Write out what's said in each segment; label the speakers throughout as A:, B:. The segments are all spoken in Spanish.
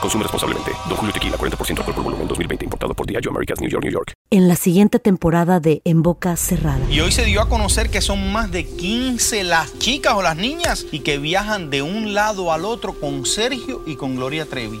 A: Consume responsablemente. Don Julio Tequila, 40% alcohol por volumen, 2020. Importado por Diageo Americas, New York, New York.
B: en la siguiente temporada de En Boca Cerrada.
C: Y hoy se dio a conocer que son más de 15 las chicas o las niñas y que viajan de un lado al otro con Sergio y con Gloria Trevi.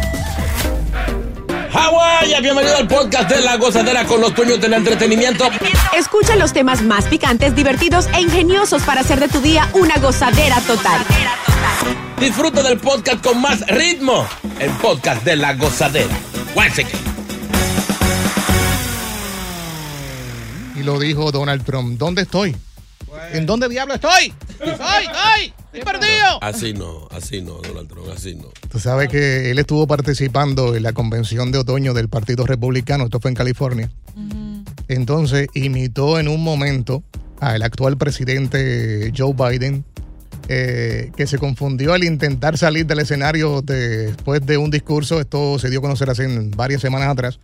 D: Hawái, bienvenido al podcast de La Gozadera con los dueños del entretenimiento.
E: Escucha los temas más picantes, divertidos e ingeniosos para hacer de tu día una gozadera total.
D: Disfruta del podcast con más ritmo. El podcast de La Gozadera. Guáchate.
F: Y lo dijo Donald Trump. ¿Dónde estoy? ¿En dónde diablo estoy? ¡Estoy, estoy! ¡Estoy perdido!
D: Así no, así no, Donald Trump, así no.
F: Tú sabes que él estuvo participando en la convención de otoño del Partido Republicano, esto fue en California. Entonces imitó en un momento al actual presidente Joe Biden, eh, que se confundió al intentar salir del escenario de- después de un discurso. Esto se dio a conocer hace varias semanas atrás.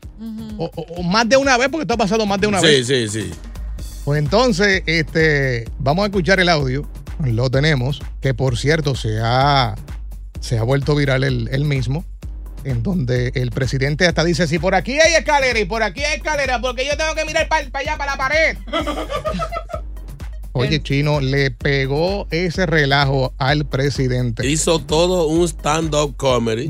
F: O- o- o más de una vez, porque esto ha pasado más de una vez.
D: Sí, sí, sí.
F: Pues entonces, este, vamos a escuchar el audio. Lo tenemos, que por cierto se ha, se ha vuelto viral el, el mismo, en donde el presidente hasta dice, si por aquí hay escalera y por aquí hay escalera, porque yo tengo que mirar para allá, para la pared. Oye, Chino, le pegó ese relajo al presidente.
D: Hizo todo un stand-up comedy.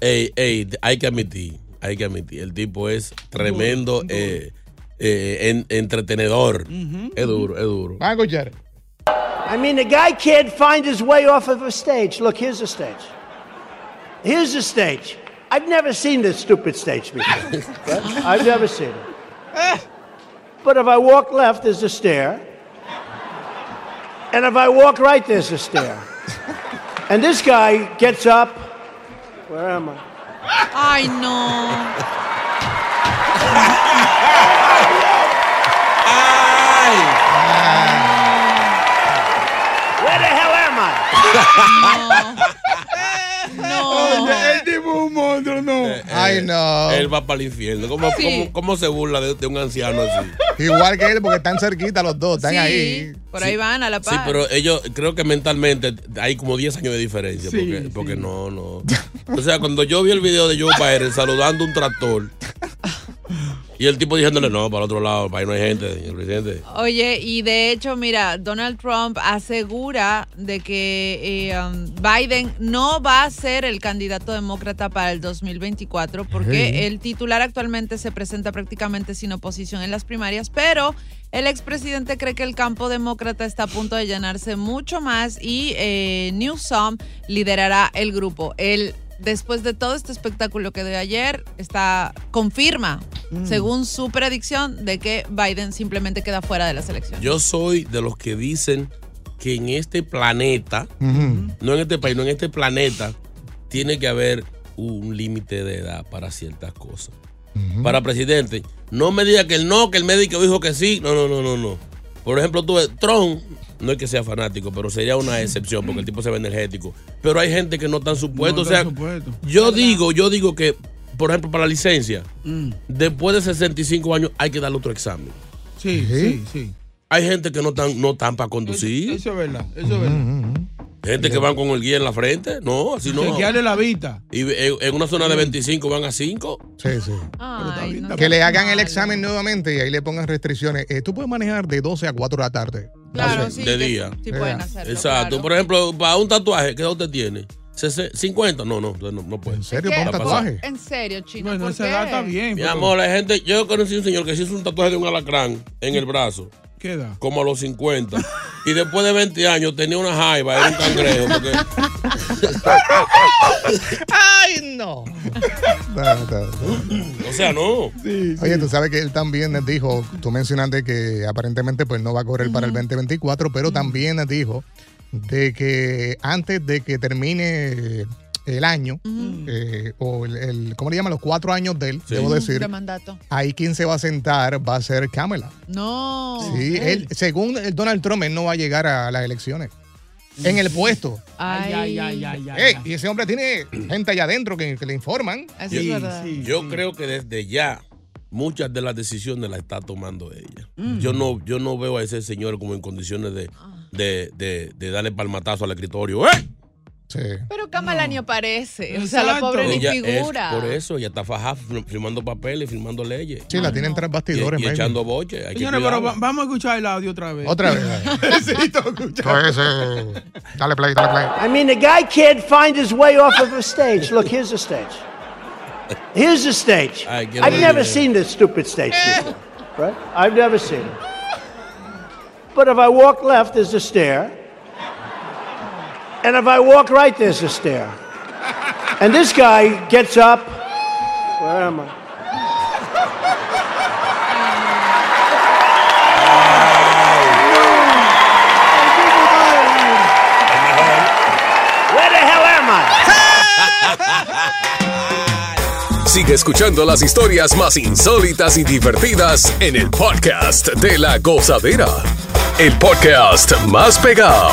D: ey, ey, hay que admitir, hay que admitir. El tipo es tremendo eh, eh, en- entretenedor. Es duro, es duro.
F: Vamos a escuchar.
G: I mean, the guy can't find his way off of a stage. Look, here's the stage. Here's the stage. I've never seen this stupid stage before. right? I've never seen it. But if I walk left, there's a stair. And if I walk right, there's a stair. And this guy gets up. Where am I?
H: Ay, no.
G: Where the hell am I?
F: El tipo un monstruo, no. Ay, no.
D: Él va para el infierno.
F: Ah,
D: ¿Cómo, cómo- cómo se burla de, de un anciano así?
F: Igual que él, porque están cerquita los dos, están
H: Sí,
F: ahí.
H: por ahí van a la paz.
D: Sí, pero ellos, creo que mentalmente hay como 10 años de diferencia. porque, porque no, no. O sea, cuando yo vi el video de Joe Biden saludando un tractor y el tipo diciéndole, no, para el otro lado, para ahí no hay gente, señor presidente.
H: Oye, y de hecho, mira, Donald Trump asegura de que eh, um, Biden no va a ser el candidato demócrata para el 2024 porque
F: Ey.
H: el titular actualmente se presenta prácticamente sin oposición en las primarias, pero el expresidente cree que el campo demócrata está a punto de llenarse mucho más y eh, Newsom liderará el grupo. Él, después de todo este espectáculo que dio ayer, está confirma, según su predicción, de que Biden simplemente queda fuera de las elecciones.
D: Yo soy de los que dicen que en este planeta,
F: Ujú.
D: no en este país, no en este planeta, tiene que haber un límite de edad para ciertas cosas.
F: Ujú.
D: para presidente. No me diga que el no, que el médico dijo que sí. No, no, no, no, no. Por ejemplo, tú, ves, Trump, no es que sea fanático, pero sería una excepción porque el tipo se ve energético. Pero hay gente que no están supuestos. o sea, yo digo, yo digo que, por ejemplo, para la
F: Mm.
D: licencia, después de 65 años hay que darle otro examen.
F: Sí, sí.
D: Hay gente que no están no tan para conducir.
I: Eso es verdad, eso
F: Mm,
I: es verdad.
D: Gente que van con el guía en la frente. No, así no.
I: Chequearle la vista.
D: Y en en una zona de 25 van a 5.
F: Sí, sí. Que le hagan el examen nuevamente y ahí le pongan restricciones. Eh, tú puedes manejar de 12 a 4 de la tarde.
D: Claro,
F: sí, que-
D: De día.
F: sí pueden hacerlo,
D: Exacto. Por ejemplo, para un tatuaje, ¿qué edad usted tiene? Sese- ¿50? No, no, no, no puede. ¿En
F: serio?
H: ¿Qué?
D: ¿Para un tatuaje?
H: En serio, chino.
I: Bueno,
H: ¿por
I: esa
H: qué?
I: edad está bien.
D: Mi
I: pero-
D: amor, la gente. Yo conocí un señor que se hizo un tatuaje de un alacrán en el brazo.
I: ¿Qué edad?
D: Como a los 50. Y después de 20 años tenía una jaiba, era un cangrejo. porque-
F: ¡Ay, no!
D: o sea, no.
F: Oye, tú sabes que él también dijo, tú mencionaste que aparentemente pues no va a correr para el 2024, pero también dijo de que antes de que termine el año, eh, o el, el- ¿cómo le llaman? Los cuatro años de él, debo decir,
H: De mandato.
F: ahí quien se va a sentar va a ser Kamala.
H: No.
F: Sí, él, según el Donald Trump, él no va a llegar a las elecciones. En el puesto.
H: Ay, ay, ay,
I: ay,
F: Ey, y ese hombre tiene gente allá adentro que, que le informan.
D: yo, yo creo que desde ya muchas de las decisiones las está tomando ella.
F: Mm.
D: Yo no yo no veo a ese señor como en condiciones de,
H: Ah.
D: de, de- de darle palmatazo al escritorio. ¡Eh!
H: Pero Kamala ni aparece. O sea, la
I: Exacto.
H: pobre ni
D: Ella es-
H: figura.
D: por eso ella está fajada fir- firmando papeles, firmando leyes.
F: Sí, la tienen tras bastidores,
D: Y, y
F: baby.
D: echando boche. Hay que
I: Señores, pero
D: cuidarla.
I: va- vamos a escuchar el audio otra vez.
F: Otra vez.
I: Necesito escuchar.
F: Dale play, dale play.
G: I mean, the guy can't find his way off of a stage. Look, here's the stage. Here's the stage.
D: Ay, qué
G: I've never
D: horrible.
G: seen this stupid stage before, right? I've never seen it. But if I walk left, there's a stair. And if I walk right, there's a stair. And this guy gets up. Where am I? Where the hell am
J: Sigue escuchando las historias más insólitas y divertidas en el podcast de la gozadera. El podcast más pegado.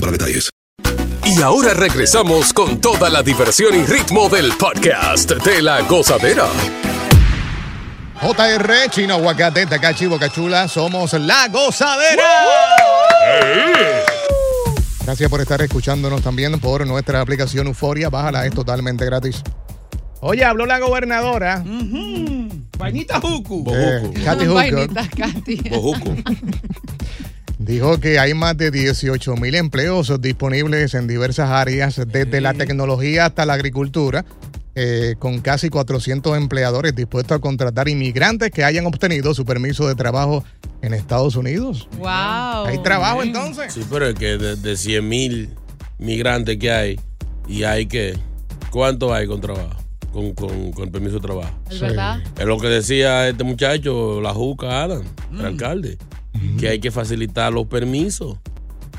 K: para detalles.
J: Y ahora regresamos con toda la diversión y ritmo del podcast de la gozadera.
F: JR, Chino, Aguacate, Tacachi, Bocachula, somos La Gozadera. Gracias por estar escuchándonos también por nuestra aplicación Euforia. Bájala, es totalmente gratis. Oye, habló la gobernadora.
I: Vainita Juku.
F: Eh, Kathy Hooker
H: Vainita, Katy.
F: dijo que hay más de 18 mil empleos disponibles en diversas áreas, desde la tecnología hasta la agricultura, eh, con casi 400 empleadores dispuestos a contratar inmigrantes que hayan obtenido su permiso de trabajo en Estados Unidos.
H: Wow.
F: Hay trabajo entonces.
D: Sí, pero es que de, de 100 mil migrantes que hay, y hay que. ¿Cuánto hay con trabajo? Con, con, con permiso de trabajo.
H: ¿Es verdad?
D: Es lo que decía este muchacho, la Juca Adam,
H: Mm.
D: el alcalde,
H: Mm-hmm.
D: que hay que facilitar los permisos.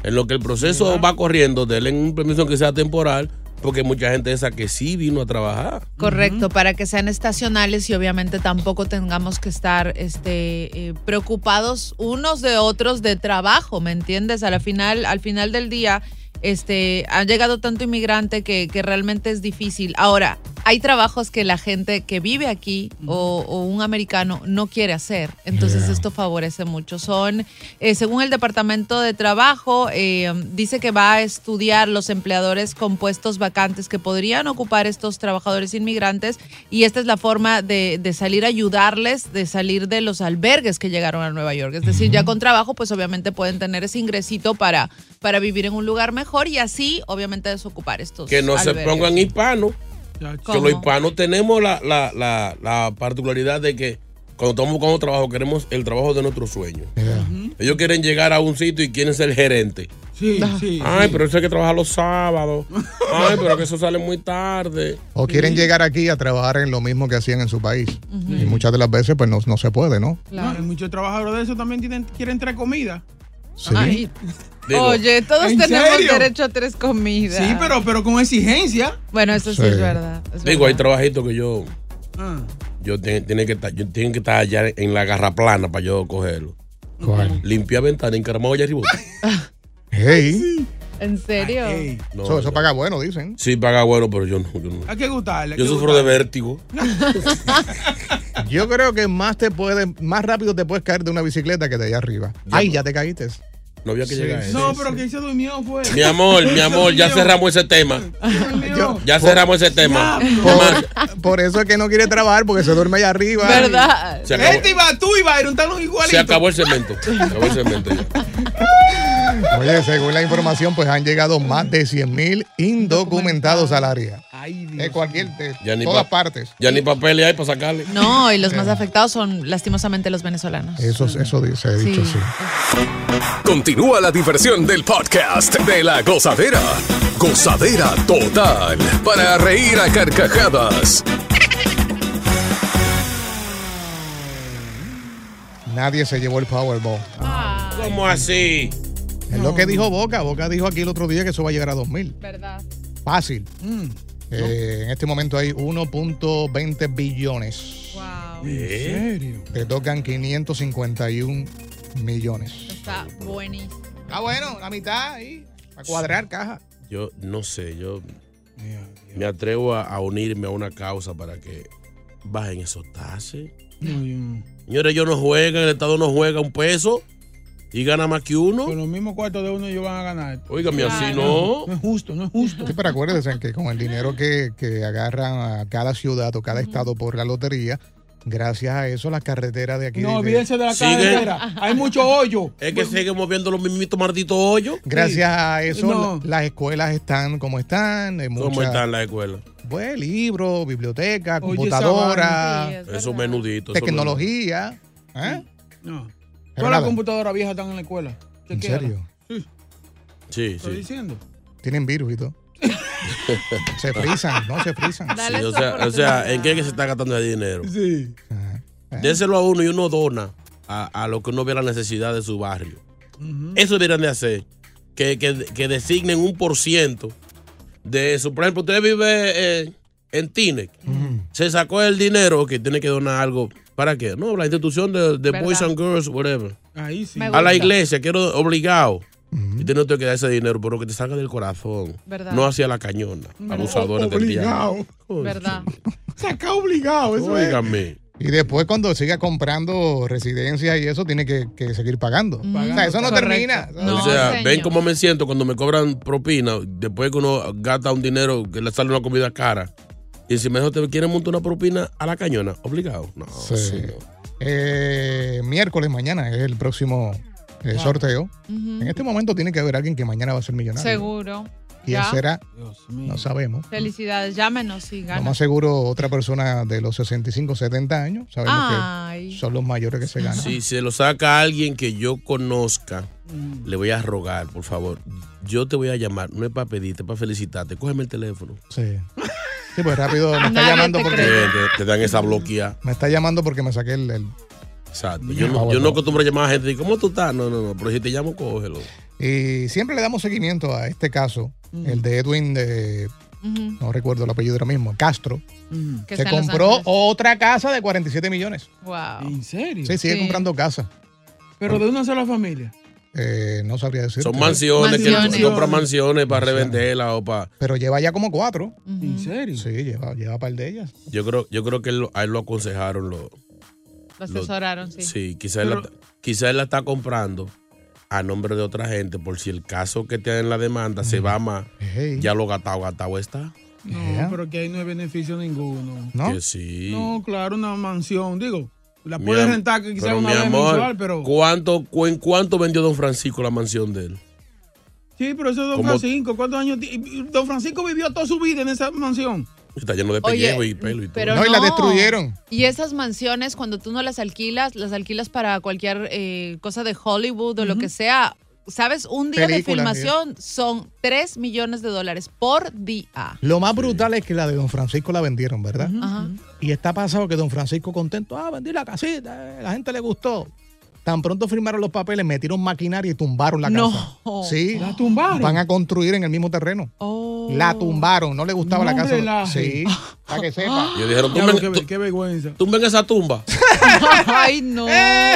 D: En lo que el proceso va corriendo, denle un permiso que sea temporal, porque hay mucha gente esa que sí vino a trabajar.
H: Correcto, para que sean estacionales y obviamente tampoco tengamos que estar este, eh, preocupados unos de otros de trabajo, ¿me entiendes? A la final, al final del día, este, ha llegado tanto inmigrante que, que realmente es difícil. Ahora, hay trabajos que la gente que vive aquí o, o un americano no quiere hacer. Entonces
L: Yeah.
H: esto favorece mucho. Son, eh, según el Departamento de Trabajo, eh, dice que va a estudiar los em, empleadores con puestos vacantes que podrían ocupar estos trabajadores inmigrantes y esta es la forma de, de salir a ayudarles, de salir de los albergues que llegaron a Nueva York. Es decir, ya con trabajo, pues obviamente pueden tener ese ingresito para, para vivir en un lugar mejor y así, obviamente, desocupar estos
D: Que no se
H: albergues.
D: pongan hispanos. Que
H: ¿Cómo?
D: los hispanos tenemos la, la- la- la particularidad de que cuando estamos buscando trabajo queremos el trabajo de nuestro sueño. Mm-hmm. Ellos quieren llegar a un sitio y quieren ser gerente.
I: Sí, sí.
D: Ay, pero eso hay que trabajar los sábados. Ay, pero que eso sale muy tarde.
F: O quieren llegar aquí a trabajar en lo mismo que hacían en su país. Y muchas de las veces, pues no, no se puede, ¿no?
I: No, y muchos trabajadores de eso también tienen, quieren traer comida.
F: Sí.
I: Ay.
F: Digo,
H: Oye, todos
I: ¿en
H: tenemos
I: serio?
H: derecho a tres comidas.
I: Sí, pero, pero con exigencia.
H: Bueno, eso sí,
D: Sí.
H: es verdad. es
D: Digo,
H: verdad.
D: hay trabajitos que yo.
I: Ah.
D: Yo te- tiene que estar, yo tengo que estar allá en la garra plana para yo cogerlo. ¿Cuál? Limpiar ventana, encaramado allá arriba.
F: Hey.
H: ¿En serio?
D: No,
F: eso, eso
D: yo-
F: paga bueno, dicen.
D: Sí, paga bueno, pero yo no. Yo, no.
I: Hay que gustarle. hay
D: Yo
I: que
D: sufro de vértigo.
F: Yo creo que más te puede, más rápido te puedes caer de una bicicleta que de allá arriba. Ay, ya te caíste.
D: No había que
F: Sí.
D: llegar a eso.
I: No, pero que se durmió pues. fue.
D: Mi amor, mi amor, ya cerramos ese tema. Ya cerramos ese tema. Mamá,
F: Por eso es que no quiere trabajar, porque se duerme allá arriba.
I: ¿Verdad?
D: Se acabó.
I: Este iba tú y Byron, están los
D: se
I: igualitos.
D: acabó el cemento. Se acabó el cemento ya.
F: Oye, según la información, pues han llegado más de 100 mil indocumentados al área. de cualquier, de
D: Ya ni
F: todas
D: pa-
F: partes.
D: Ya ni papeles hay para sacarle.
H: No, y los más afectados son lastimosamente los venezolanos.
F: Eso, eso dice, he dicho, sí.
J: Continúa la diversión del podcast de la gozadera. Gozadera total. Para reír a carcajadas.
F: Nadie se llevó el Powerball.
D: ¿Cómo así?
F: Es lo que dijo Boca. Boca dijo aquí el otro día que eso va a llegar a 2000.
H: ¿Verdad?
F: Fácil. Eh, En este momento hay 1.20 billones.
H: Wow.
F: serio? Te tocan 551 millones.
H: Está buenísimo.
F: Ah, bueno, la mitad ahí. A cuadrar caja.
D: Yo no sé, yo me atrevo a, a unirme a una causa para que bajen esos tases. Señores, ellos no juegan, el Estado no juega un peso y gana más que uno.
I: Con los mismos cuartos de uno ellos van a ganar.
D: Óigame, así
I: Claro.
D: no.
I: No es justo, no es justo.
F: Sí, pero acuérdense que con el dinero que, que agarran a cada ciudad o cada estado por la lotería, gracias a eso las carreteras de aquí.
I: No,
F: de-
I: olvídense de la
F: Sigue.
I: carretera. Hay mucho hoyo.
D: Es que siguen moviendo los mismitos malditos hoyos.
F: Gracias a
D: Sí.
F: eso
D: No.
F: la- las escuelas están como están. hay
D: ¿Cómo
F: mucha-
D: están las escuelas?
F: Pues libros, biblioteca,
D: Oye,
F: computadora,
D: Esos menuditos. esos
F: tecnología. ¿eh?
I: No.
F: Pero
I: Todas las
F: nada.
I: computadoras viejas están en la escuela.
F: ¿En
I: Chequéala.
F: serio?
I: Sí,
D: menuditos. Sí,
I: estoy
D: sí.
I: diciendo.
F: Tienen virus y todo. se frisan, no se frisan.
D: Sí, o, sea, o sea, ¿en qué es que se está gastando ese dinero?
I: Sí.
D: Déselo a uno y uno dona a, a lo que uno ve la necesidad de su barrio. Eso deberían de hacer. Que, que- que designen un por ciento de eso. Por ejemplo, usted vive eh, en Tinec. Se sacó el dinero que tiene que donar algo. ¿Para qué? No, la institución de, de
I: ¿Verdad?
D: Boys and Girls, whatever.
I: Ahí sí.
D: A la iglesia, quiero obligado. Y usted no te queda ese dinero, pero que te salga del corazón.
I: ¿Verdad?
D: No hacia la cañona. Abusadores del diablo.
I: Obligado.
H: ¿Verdad?
I: Saca obligado, eso es.
D: Óigame.
F: Y después cuando siga comprando residencias y eso, tiene que, que seguir pagando. O sea, eso no
I: Correcto.
F: termina.
D: o sea, ven cómo me siento cuando me cobran propina, después que uno gasta un dinero que le sale una comida cara. Y si mejor te quieren montar una propina a la cañona, obligado. No,
F: Sí.
D: señor.
F: Eh, miércoles mañana es el próximo eh,
I: Wow.
F: sorteo.
H: Ujú.
F: En este momento tiene que haber alguien que mañana va a ser millonario.
H: Seguro.
F: ¿Quién
H: Ya.
F: será? No sabemos.
H: Felicidades, llámenos y
F: Lo
H: ganan.
F: más seguro, otra persona de los 65, 70 años. Sabemos que
H: Ay.
F: son los mayores que se ganan.
D: Si se lo saca a alguien que yo conozca,
F: Mm.
D: le voy a rogar, por favor. Yo te voy a llamar, no es para pedirte, es para felicitarte. Cógeme el teléfono.
F: Sí. Sí, pues rápido me está
D: Nadie
F: llamando
D: te
F: porque.
D: cree. Te- te dan esa bloqueada.
F: Me está llamando porque me saqué el. el-
D: Exacto. Yo
F: Ah,
D: no, yo
F: bueno.
D: no acostumbro a llamar a gente y ¿cómo tú estás? No, no, no. Pero si te llamo, cógelo.
F: Y siempre le damos seguimiento a este caso, el de Edwin de. No recuerdo el apellido ahora mismo, Castro.
H: Que
F: Mm. se
H: está en Los
F: compró
H: Ángeles.
F: otra casa de 47 millones.
H: Wow.
I: ¿En serio?
F: Sí, sigue comprando casa.
I: Pero de una sola familia.
F: Eh, no sabría decir.
D: Son mansiones, que compran mansiones para revenderlas o para.
F: Pero lleva ya como cuatro.
I: ¿En serio?
F: Sí, lleva, lleva par de ellas.
D: Yo creo, yo creo que él lo- a él lo aconsejaron. Lo,
H: Lo
D: lo-
H: asesoraron, sí.
D: Sí, quizás él, la,
H: Pero-
D: quizá él la está comprando a nombre de otra gente por si el caso que tiene en la demanda se va más.
F: Ey.
D: Ya lo gatado, gatado está.
I: No, pero que ahí no hay beneficio ninguno.
D: Que sí.
I: No, claro, una mansión. Digo, la
D: Mi
I: puedes
D: am-
I: rentar que quizás
D: pero,
I: una
D: mi
I: vez
D: amor,
I: mensual, pero.
D: ¿cuánto, cu- ¿En cuánto vendió don Francisco la mansión de él?
I: Sí, pero eso es Don
D: ¿Cómo-
I: Francisco. ¿Cuántos años? ti- y- y Don Francisco vivió toda su vida en esa mansión.
D: Está lleno de
H: Oye,
D: pellejo y pelo y todo.
H: pero No, y la no. destruyeron.
D: Eso
H: Y esas mansiones, cuando tú no las alquilas, las alquilas para cualquier eh, cosa de Hollywood o lo que sea. ¿Sabes? Un día
F: Películas,
H: de filmación son 3 millones de dólares por día.
F: Lo más brutal es que la de Don Francisco la vendieron, ¿verdad?
H: Ajá.
F: Y está pasado que Don Francisco contento, ah, vendí la casita, eh, la gente le gustó. Tan pronto firmaron los papeles, metieron maquinaria y tumbaron la
I: No.
F: casa. Sí.
I: ¿La tumbaron?
F: Van a construir en el mismo terreno. La tumbaron, no le gustaba la
I: No
F: casa.
I: relaje.
F: Sí. Para que sepa.
D: Yo dijeron,
I: Ya,
D: tumben,
I: qué, ve- qué vergüenza.
D: tumben esa tumba.
H: Ay, no.
F: ¡Eh!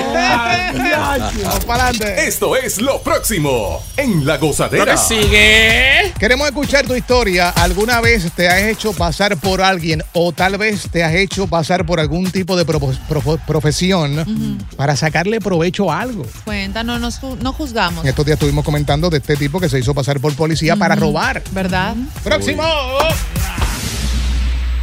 J: Esto es lo próximo en La Gozadera.
D: sigue?
F: Queremos escuchar tu historia. ¿Alguna vez te has hecho pasar por alguien o tal vez te has hecho pasar por algún tipo de propo- profo- profesión para sacarle provecho a algo?
H: Cuéntanos, no, ju- no juzgamos.
F: En estos días estuvimos comentando de este tipo que se hizo pasar por policía para robar.
H: ¿Verdad?
F: Próximo.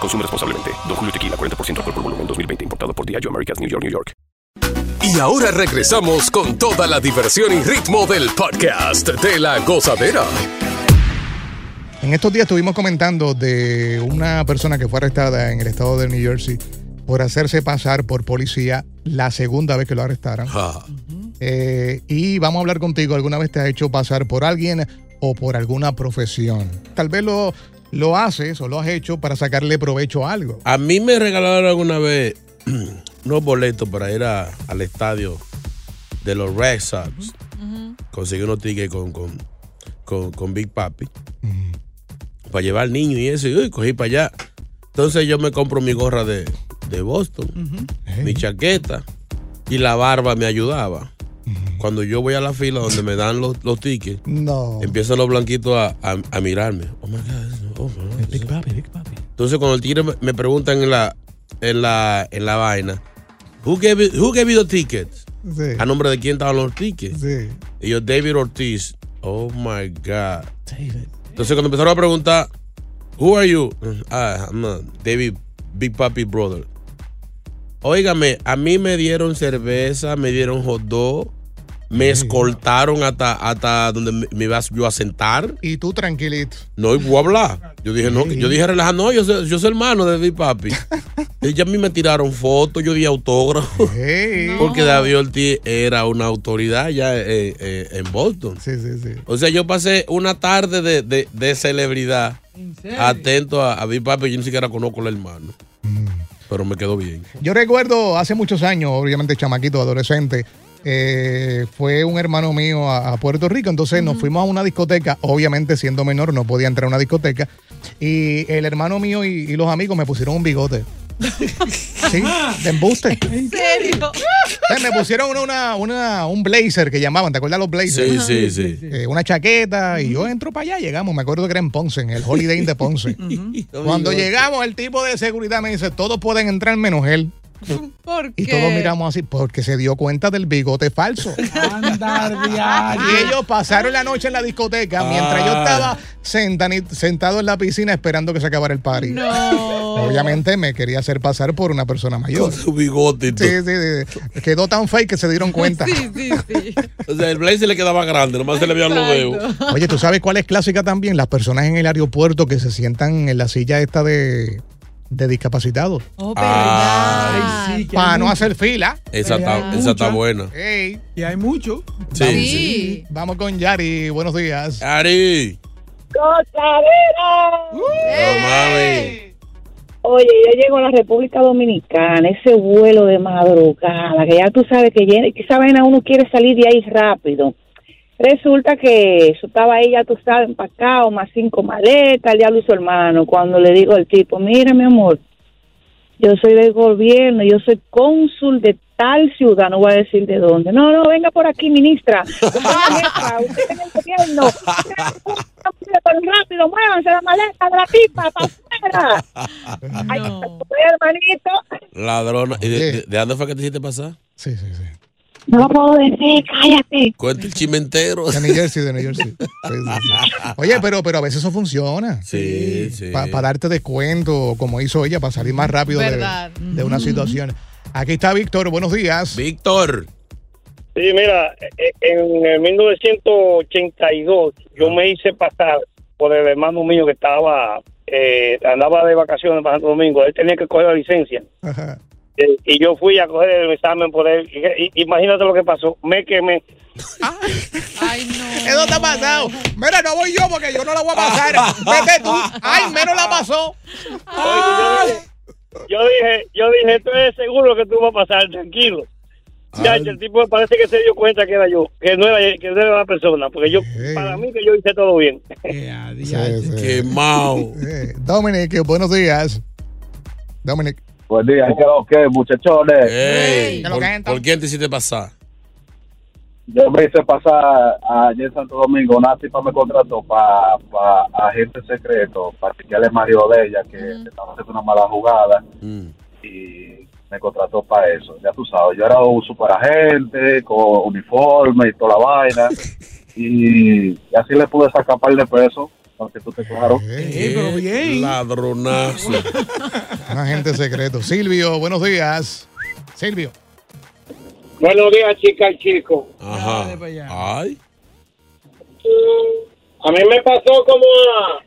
A: Consume responsablemente. Don Julio Tequila, 40% alcohol por volumen, 2020. Importado por Diageo Americas, New York, New York.
J: Y ahora regresamos con toda la diversión y ritmo del podcast de la gozadera.
F: En estos días estuvimos comentando de una persona que fue arrestada en el estado de New Jersey por hacerse pasar por policía la segunda vez que lo arrestaron.
J: Ah.
F: Eh, y vamos a hablar contigo. ¿Alguna vez te has hecho pasar por alguien o por alguna profesión? Tal vez lo, lo haces o lo has hecho para sacarle provecho a algo.
D: A mí me regalaron alguna vez unos boletos para ir a- al estadio de los Red Sox. Conseguí unos tickets con, con, con- con Big Papi para llevar al niño y eso. Y uy, cogí para allá. Entonces yo me compro mi gorra de, de Boston, mi chaqueta y la barba me ayudaba. Cuando yo voy a la fila donde me dan los, los tickets,
F: No.
D: empiezan los blanquitos a, a- a mirarme. Oh my God, oh my God. Entonces cuando el tigre me- me preguntan en la, en la, en la vaina, who gave, you- who gave you the tickets?
F: Sí.
D: ¿A nombre de quién estaban los tickets?
F: Sí.
D: Y yo, David Ortiz. Oh my God. Entonces cuando empezaron a preguntar, who are you? Ah, I'm a David Big Papi Brother. Óigame, a mí me dieron cerveza, me dieron hot dog, me escoltaron hasta, hasta donde me, me iba yo a sentar.
F: Y tú tranquilito.
D: No, y voy a hablar. Yo dije, no, que- yo dije, relaja, no, yo soy, yo soy hermano de Big Papi. y ya a mí me tiraron fotos, yo di autógrafo. Porque David Ortiz era una autoridad ya eh, eh, en Boston.
F: Sí, sí, sí.
D: O sea, yo pasé una tarde de, de- de celebridad atento a, a Big Papi. Yo ni siquiera conozco al hermano. Pero me quedó bien.
F: Yo recuerdo hace muchos años, obviamente chamaquito, adolescente, eh, fue un hermano mío a, a Puerto Rico, entonces nos fuimos a una discoteca, obviamente siendo menor no podía entrar a una discoteca, y el hermano mío y, y los amigos me pusieron un bigote. Sí, de embuste.
H: ¿En serio?
F: Eh, Me pusieron una, una- una- un blazer que llamaban, ¿te acuerdas los blazers?
D: Sí, sí, sí.
F: Eh, una chaqueta y yo entro para allá, llegamos, me acuerdo que era en Ponce, en el Holiday Inn de Ponce. Cuando llegamos, el tipo de seguridad me dice, todos pueden entrar menos él.
H: ¿Por qué?
F: Y todos miramos así porque se dio cuenta del bigote falso.
H: Ah.
F: Y ellos pasaron la noche en la discoteca mientras
D: Ah.
F: yo estaba sentani- sentado en la piscina esperando que se acabara el party. Obviamente me quería hacer pasar por una persona mayor.
D: Su bigote y todo.
F: Sí, sí, sí. Quedó tan fake que se dieron cuenta.
D: O sea, el blazer le quedaba grande, nomás se le veían los dedos.
F: Oye, ¿tú sabes cuál es clásica también? Las personas en el aeropuerto que se sientan en la silla esta de, de discapacitados.
D: Oh,
F: Para no hacer fila. Eh.
D: Esa está, esa está buena.
F: Y hay mucho.
D: Sí, Sí. Ah. sí.
F: Vamos con Yari. Buenos días.
D: Ari.
L: ¡Cochabera!
F: Ah,
L: Oye, yo llego a la República Dominicana, ese vuelo de madrugada, que ya tú sabes que, llena, que esa vaina uno quiere salir de ahí rápido. Resulta que yo estaba ahí, ya tú sabes, empacado, más cinco maletas, el diablo y su hermano. Cuando le digo al tipo, mira, mi amor, yo soy del gobierno, yo soy cónsul de tal ciudad, no voy a decir de dónde. No, no, venga por aquí, ministra. Usted es jefa, usted es el gobierno. Rápido, muévanse la maleta de la pipa para afuera. Ay, hermanito.
D: Ladrona. ¿Y de, de- de dónde fue que te hiciste pasar?
F: Sí, sí, sí.
L: No lo puedo decir, cállate.
D: Cuenta el chisme entero.
F: De New Jersey, de New Jersey. Oye, pero, pero a veces eso funciona.
D: Sí, sí.
F: Para darte descuento, como hizo ella, para salir más rápido de,
M: Verdad.
F: de una situación. Aquí está Víctor. Buenos días.
D: Víctor.
M: Sí, mira, e- en el 1982 yo me hice pasar por el hermano mío que estaba, eh, andaba de vacaciones para Santo Domingo. Él tenía que coger la licencia. Eh, y yo fui a coger el examen por él. Y- y- imagínate lo que pasó. Me quemé.
F: Eso está pasado. Mira, no voy yo porque yo no la voy a pasar. Vete tú. Ay, menos la pasó.
M: Yo dije, yo dije, tú eres seguro que tú vas a pasar, tranquilo. Ya, el tipo parece que se dio cuenta que era yo, que no era, que no era la persona, porque yo, para mí que yo hice todo bien.
D: Quemado.
F: Eh, Dominic, buenos días. Dominic.
N: Buen día, ¿qué lo que, muchachones?
D: Ey, ¿por, por quién te hiciste pasar?
N: Yo me hice pasar ayer en Santo Domingo, una tipa me contrató para pa agente secreto, para que el marido de ella, que estaba haciendo una mala jugada, y me contrató para eso. Ya tú sabes, yo era un superagente, con uniforme y toda la vaina, y, y así le pude sacar par de pesos, porque tú te claro.
D: pero bien. Ladronazo.
F: Un agente secreto. Silvio, buenos días. Silvio.
O: Buenos días, chica y chico.
D: Ajá.
H: pues.
D: Ay.
O: A mí me pasó como a,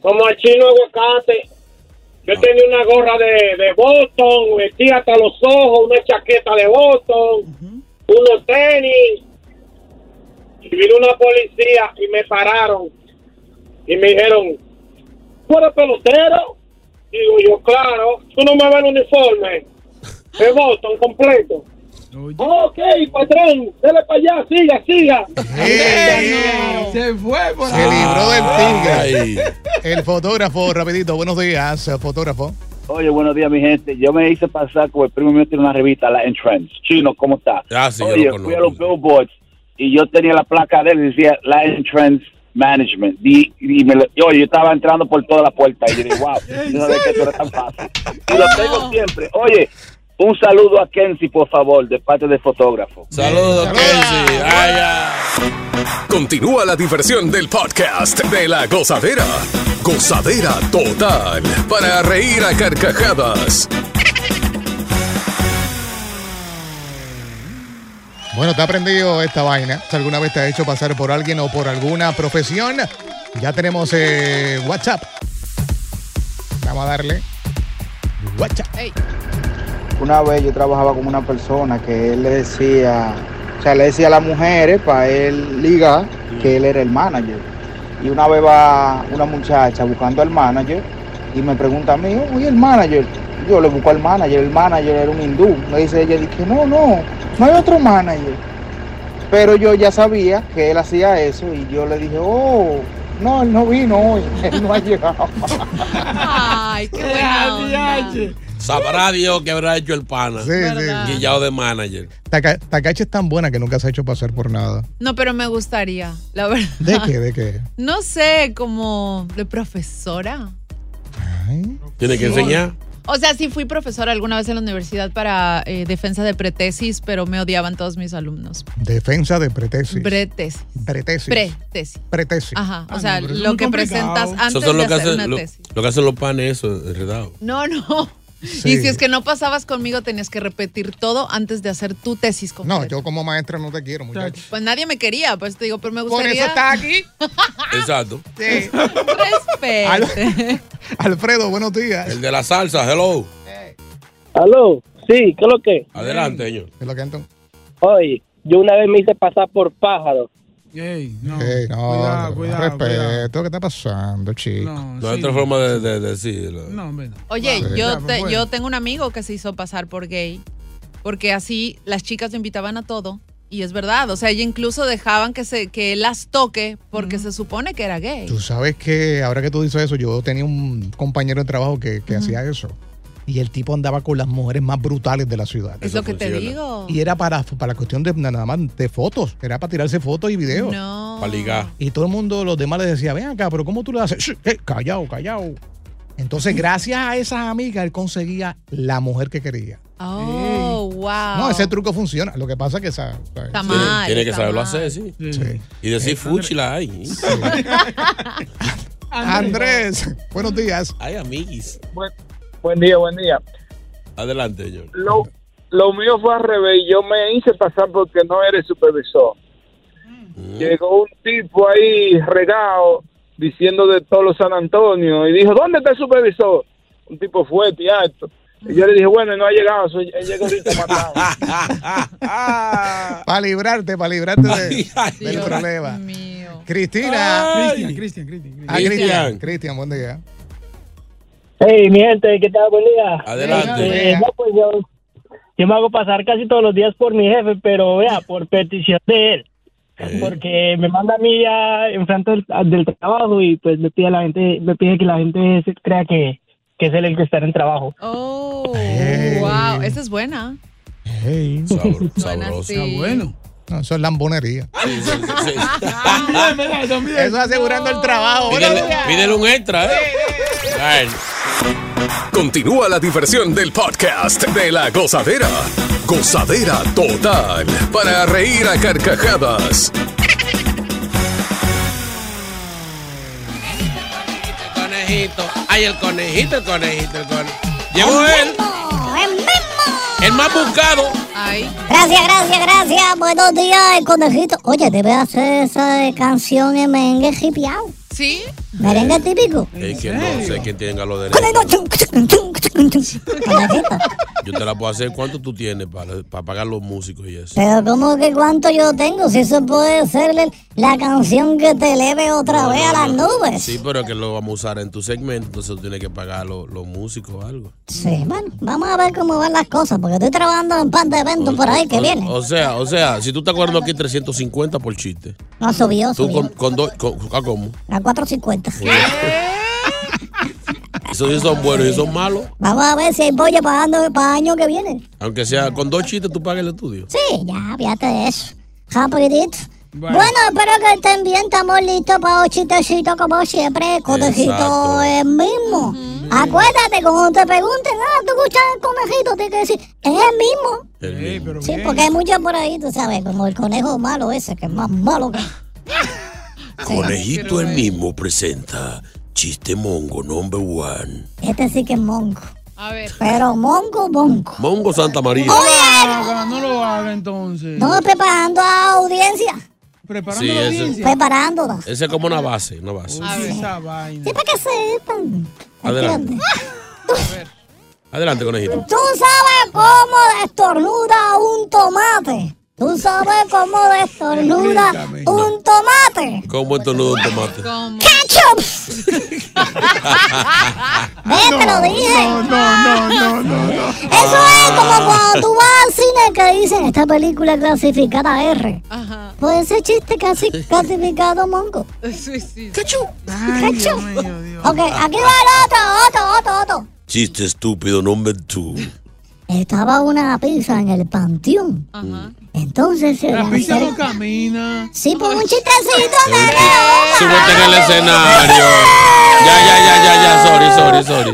O: como a chino aguacate. Yo tenía una gorra de, de Boston, vestía hasta los ojos, una chaqueta de Boston, unos tenis. Y vino una policía y me pararon. Y me dijeron, ¿tú eres pelotero? Digo yo, claro, tú no me ves el uniforme de Boston completo. Ok, patrón, dale para allá, siga, siga.
I: Se fue por
F: Se libró del tigre. El fotógrafo, rapidito, buenos días, fotógrafo.
N: Oye, buenos días, mi gente. Yo me hice pasar con el primo mío tiene una revista, La Entrance. Chino, ¿cómo está?
D: Ah, sí, yo
N: Oye,
D: lo conozco.
N: fui a los billboards y yo tenía la placa de él y decía La Entrance Management. Y, y me lo- y, oye, yo estaba entrando por toda la puerta y yo dije, wow, yo no sabía que esto era tan fácil. Y lo tengo siempre. Oye, un saludo a Kenzie, por favor, de parte del fotógrafo.
D: Saludos,
J: Kenzie. Continúa la diversión del podcast de la gozadera. Gozadera total. Para reír a carcajadas.
F: Bueno, te ha aprendido esta vaina. Si alguna vez te ha hecho pasar por alguien o por alguna profesión, ya tenemos eh, WhatsApp. Vamos a darle. WhatsApp.
P: Una vez yo trabajaba con una persona que él le decía, o sea, le decía a las mujeres para él ligar que él era el manager. Y una vez va una muchacha buscando al manager y me pregunta a mí, oye, el manager. Yo le busco al manager, el manager era un hindú. Me dice ella, dije, no, no, no hay otro manager. Pero yo ya sabía que él hacía eso y yo le dije, oh, no, él no vino hoy, él no ha llegado.
H: Ay, qué buena onda.
D: Sabrá Dios que habrá hecho el pana.
F: Sí, sí.
D: Guillado de manager.
F: Taka- Takashi es tan buena que nunca se ha hecho pasar por nada.
H: No, pero me gustaría, la verdad.
F: ¿De qué? ¿De qué?
H: No sé, como de profesora.
D: Tiene que
H: Sí.
D: enseñar.
H: O sea, sí fui profesora alguna vez en la universidad para eh, defensa de pretesis, pero me odiaban todos mis alumnos.
F: Defensa de pretesis.
H: Pretesis.
F: pretesis.
H: Pretesis.
F: pretesis.
H: Ajá. O
F: Ah,
H: sea,
F: no, pero eso es
H: lo
F: muy
H: que
F: complicado.
H: presentas antes
D: Eso es
H: de
D: lo que,
H: hacer
D: hacen,
H: una
D: lo,
H: tesis.
D: lo que hacen los panes, eso, enredado.
H: No, no. Y si es que no pasabas conmigo, tenías que repetir todo antes de hacer tu tesis completa.
F: No, yo como maestra no te quiero, muchacho.
H: Pues nadie me quería, pues te digo, pero me
F: Por
H: gustaría.
F: eso está aquí.
H: Ah.
D: Exacto.
H: Respete.
F: Alfredo, buenos días.
D: El de la salsa, hello.
Q: Aló, sí, ¿qué es lo que?
D: Adelante, señor.
F: ¿Es lo que entonces?
Q: Oye, yo una vez me hice pasar por pájaro.
F: no. no, cuidado, respeto, ¿qué está pasando, chico?
D: No hay otra forma de, de- de decirlo.
I: No, hombre, no.
H: Oye,
F: Sí.
H: yo,
F: Ya,
H: te-
F: bueno.
H: yo tengo un amigo que se hizo pasar por gay, porque así las chicas lo invitaban a todo. Y es verdad, o sea, ella incluso dejaban que, se, que él las toque porque se supone que era gay.
F: Tú sabes que ahora que tú dices eso, yo tenía un compañero de trabajo que, que hacía eso. Y el tipo andaba con las mujeres más brutales de la ciudad.
H: Es lo que te digo.
F: Y era para, para cuestión de nada más de fotos. Era para tirarse fotos y videos.
H: No.
D: Para ligar.
F: Y todo el mundo, los demás les decía, ven acá, pero ¿cómo tú le haces? "Shh, eh, callao, callao. Entonces, gracias a esas amigas, él conseguía la mujer que quería.
H: Oh, wow.
F: No, ese truco funciona. Lo que pasa es que esa, eh,
H: Está
D: Tiene,
H: mal.
D: tiene que
H: está
D: saberlo
H: mal.
D: hacer, sí. Y decir fuchi la hay.
F: Andrés, buenos días.
D: Hay amiguis.
R: Buen día, buen día.
D: Adelante, señor.
R: Lo, lo mío fue al revés. Yo me hice pasar porque no era el supervisor. Llegó un tipo ahí regado diciendo de todos los San Antonio y dijo, ¿dónde está el supervisor? Un tipo fuerte y alto. Y yo le dije, bueno, no ha llegado, soy, él llegó ahorita matado.
F: Para librarte, para librarte de- del problema. Cristina.
I: Cristian, Cristian, Cristian.
F: Ah, Cristian. Cristian, buen día.
S: Hey, mi gente, ¿qué tal? Buen día.
F: Adelante.
S: Eh, no, pues yo, yo me hago pasar casi todos los días por mi jefe, pero vea, por petición de él. Porque me manda a mí ya enfrente del, ah, del trabajo y pues me pide, a la gente, me pide que la gente se crea que, que es él el que está en el trabajo.
H: Oh, wow. Esa es buena.
F: Hey.
H: sabroso. sí. Está
F: bueno. No, eso es lambonería.
I: también.
F: Eso asegurando el trabajo.
D: Pídele, pídele un extra, ¿eh? Ay,
J: Continúa la diversión del podcast de la gozadera. Gozadera total. Para reír a carcajadas.
D: conejito. Ay, el conejito, el conejito, el conejito. Llegó él. El más buscado.
T: Gracias, gracias, gracias. Buenos días, el conejito. Oye, debe hacer esa eh, canción en merengue hipiao.
H: ¿Sí?
T: Merengue típico.
D: Es que no sé quién tenga los derechos. Yo te la puedo hacer. ¿Cuánto tú tienes para, para pagar los músicos y eso?
T: Pero ¿cómo que cuánto yo tengo? Si eso puede ser el- la canción que te eleve otra vez a las nubes.
D: Sí, pero que lo vamos a usar en tu segmento, entonces tú tienes que pagar lo- los músicos o algo.
T: Sí, bueno, vamos a ver cómo van las cosas, porque estoy trabajando en un par de eventos por ahí que
D: O-
T: vienen.
D: O sea, o sea, si tú te acuerdas aquí 350 por chiste.
T: No, subió,
D: Tú
T: subió.
D: con, con dos, con, ¿a cómo?
T: A 4.50.
D: Esos sí son buenos y son malos.
T: Vamos a ver si hay pollo pagando para año que viene.
D: Aunque sea con dos chistes, tú pagas el estudio.
T: Sí, ya, fíjate de eso. Rapidito. Bueno. espero que estén bien. Estamos listos para un chistecito como siempre. Conejito Exacto. es mismo. Acuérdate, cuando te pregunten, ah, tú escuchas el conejito, tienes que decir, es el mismo. sí, porque hay muchos por ahí, tú sabes, como el conejo malo ese, que es más malo que.
D: Conejito el mismo presenta Chiste Mongo number one.
T: Este sí que es mongo.
H: A ver.
T: Pero mongo, mongo.
D: Mongo Santa María.
I: Ah, no lo haga entonces.
T: Estamos preparando a audiencia.
I: Preparando
D: Sí,
I: la
D: eso-
I: audiencia.
T: Preparándola.
D: Ese es como una base, una base.
I: Esa vaina.
T: Sí, para que sepan.
D: Adelante. Adelante, conejito.
T: Tú sabes cómo destornuda un tomate. Tú sabes cómo destornuda un tomate.
D: ¿Cómo estornuda un tomate?
T: ¡Ketchup! ¡Ve, te lo dije!
I: No, no, no, no, no, no.
T: Eso es como cuando tú vas al cine que dicen esta película clasificada R. Pues ese chiste casi clasificado mongo.
H: Sí, sí.
T: ¡Ketchup! ¡Ketchup! Ok, aquí va el otro, otro, otro, otro.
D: Chiste estúpido number two.
T: Estaba una pizza en el panteón. Entonces se
I: La
T: le
I: pizza
T: acerca-
I: no camina.
T: Sí, pues un chistecito, nene.
D: Súbete en el escenario. Ya, ya, ya, ya, ya. Sorry, sorry, sorry.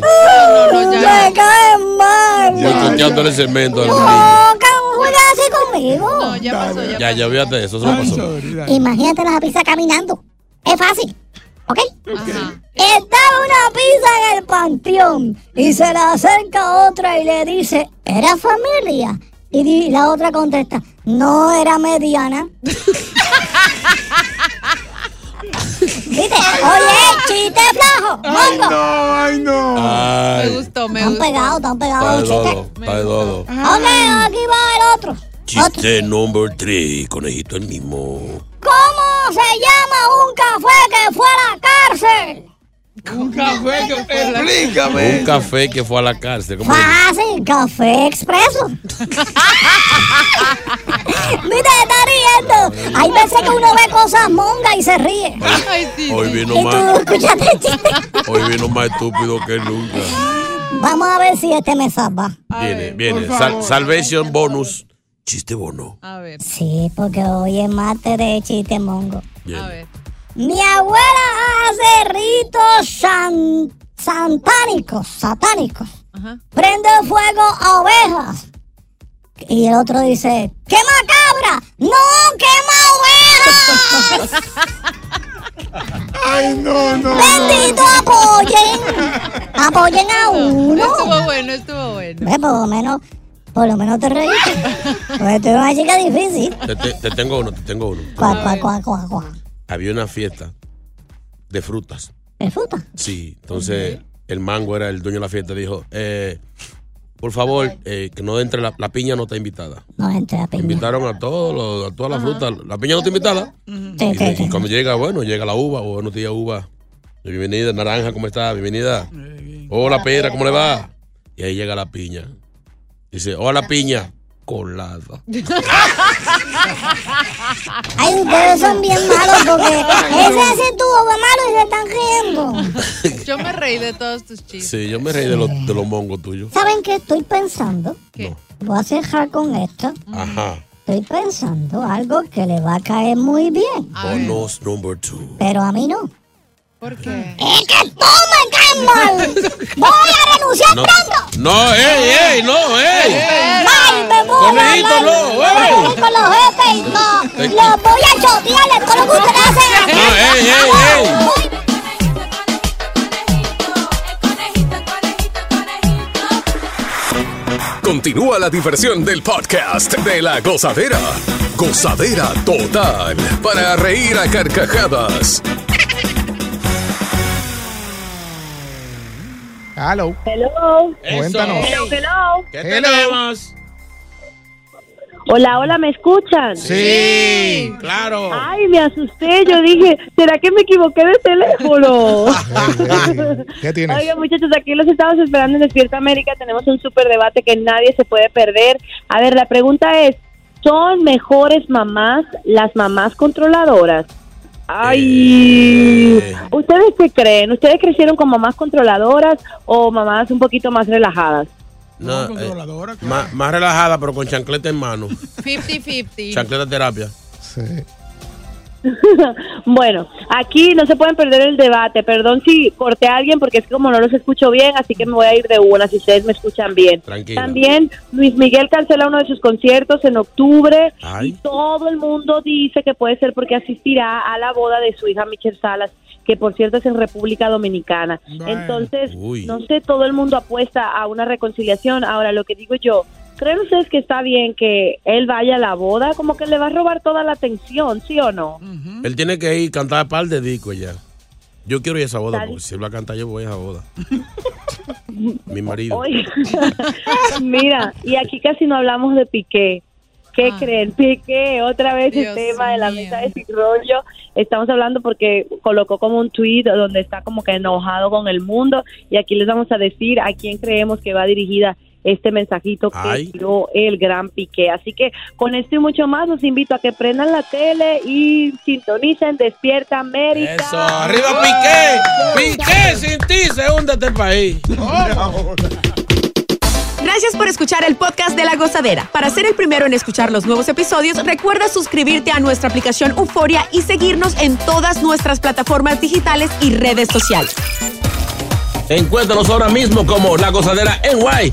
T: Me cae mal.
D: Voy choteándole el cemento al niño.
T: No, cabrón, juega así conmigo.
D: Ya, ya, olvídate de eso. Eso no pasó.
T: Imagínate la pizza caminando. Es fácil, ¿ok? Estaba una pizza en el panteón y se le acerca otra y le dice, ¿era familia? Y di- la otra contesta, no, era mediana. ¿Viste? Oye, chiste flojo.
I: Ay,
T: mongo.
I: no, ay, no.
D: Ay. Me
T: gustó, me gustó. Están pegados, están
D: Está de
T: pegados. los
D: dodo,
T: chistes.
D: está de dodo.
T: Ok, aquí va el otro.
D: Chiste number three, conejito el mismo.
T: ¿Cómo se llama un café que fue a la cárcel?
I: Un café que explícame.
D: Un café que fue a la cárcel. ¿Cómo se-
T: Fácil, café expreso. Mira, está riendo. Hay veces que uno ve cosas mongas y se ríe.
D: Hoy vino
T: Y tú
D: más,
T: escuchaste el chiste.
D: hoy vino más estúpido que nunca.
T: Vamos a ver si este me salva.
D: Viene, viene.
T: por
D: Sal-
T: favor.
D: salvation bonus. Chiste bono.
T: Sí, porque hoy es martes de chiste mongo.
D: Viene.
T: Mi abuela hace ritos san- santánicos, satánicos. Prende fuego a ovejas. Y el otro dice, ¡quema cabra! ¡No, quema ovejas!
I: Ay, no, no.
T: ¡Bendito, apoyen! ¡Apoyen a uno!
H: Estuvo bueno, estuvo bueno.
T: Ve, por lo menos, por lo menos te reíste. Porque tú eres una chica difícil.
D: Te, te- te tengo uno, te tengo uno.
T: Cuá, cuá, cuá, cuá, cuá.
D: Había una fiesta de frutas.
T: ¿De fruta?
D: Sí, entonces el mango era el dueño de la fiesta. Dijo, eh, por favor, eh, que no entre la, la piña, no está invitada.
T: No entra la piña.
D: Invitaron a todos, los- a todas las frutas. La piña no está invitada.
T: Sí, sí,
D: Y
T: sí.
D: cuando llega, bueno, llega la uva. o Buenos días, uva. Bienvenida, naranja, ¿cómo está? Bienvenida. Hola, pera, ¿cómo le va? Y ahí llega la piña. Dice, hola, piña. Colada.
T: Ay, ustedes son bien malos porque ese sí estuvo malo y se están riendo.
H: Yo me reí de todos tus chistes.
D: Sí, yo me reí de los, de los mongos tuyos.
T: ¿Saben qué estoy pensando?
H: ¿Qué?
T: Voy a cerrar con esto.
D: Ajá.
T: Estoy pensando algo que le va a caer muy bien,
D: Bonus number two.
T: pero a mí no.
H: ¿Por qué?
T: ¡Es que tú me caes mal! ¡Voy a renunciar
D: No,
T: pronto!
D: no, ey, ey, no, ey.
T: ¡Ay, me voy a
D: Conejito,
T: hablar!
D: no,
T: Voy a
D: ey.
T: hablar con los jefes y no! ¡Los voy a chotear de todo lo que ustedes hacen aquí!
D: No, ey, ey, ey.
J: Continúa la diversión del podcast de la gozadera. Gozadera total para reír a carcajadas.
F: Hello.
B: Hello.
F: Cuéntanos.
B: Hello, hello.
D: ¿Qué
F: tenemos?
B: Hola, hola, ¿me escuchan?
D: Sí, claro.
B: Ay, me asusté, yo dije, ¿será que me equivoqué de teléfono?
F: ¿Qué tienes?
B: Oiga, muchachos, aquí los estamos esperando en Despierta América. Tenemos un super debate que nadie se puede perder. A ver, la pregunta es, ¿son mejores mamás las mamás controladoras? Ay, ¿ustedes qué creen? ¿Ustedes crecieron con mamás controladoras o mamás un poquito más relajadas?
D: No, eh, más, más relajada, pero con chancleta en mano.
H: 50-50.
D: Chancleta terapia.
B: bueno, aquí no se pueden perder el debate. Perdón si corté a alguien porque es que como no los escucho bien, así que me voy a ir de una si ustedes me escuchan bien.
D: Tranquila.
B: También Luis Miguel cancela uno de sus conciertos en octubre.
D: Ay.
B: Todo el mundo dice que puede ser porque asistirá a la boda de su hija Michelle Salas, que por cierto es en República Dominicana. Entonces,
C: Uy.
B: no sé, todo el mundo apuesta a una reconciliación. Ahora, lo que digo yo, ¿creen ustedes que está bien que él vaya a la boda? Como que le va a robar toda la atención, ¿sí o no?
D: Él tiene que ir a cantar par de discos ya. Yo quiero ir a esa boda,
B: Dale.
D: porque si él va a cantar, yo voy a esa boda. Mi marido.
B: Oye, mira, y aquí casi no hablamos de Piqué. ¿Qué creen? Piqué, otra vez
C: Dios
B: el tema de la mesa de sin rollo. Estamos hablando porque colocó como un tweet donde está como que enojado con el mundo y aquí les vamos a decir a quién creemos que va dirigida este mensajito que dio el gran Piqué. Así que con esto y mucho más los invito a que prendan la tele y sintonicen Despierta América.
D: Eso, arriba Piqué. Piqué, sin ti se hunde este país.
E: Gracias por escuchar el podcast de La Gozadera. Para ser el primero en escuchar los nuevos episodios, recuerda suscribirte a nuestra aplicación Euforia y seguirnos en todas nuestras plataformas digitales y redes sociales.
D: Encuéntranos ahora mismo como La Gozadera en Guay.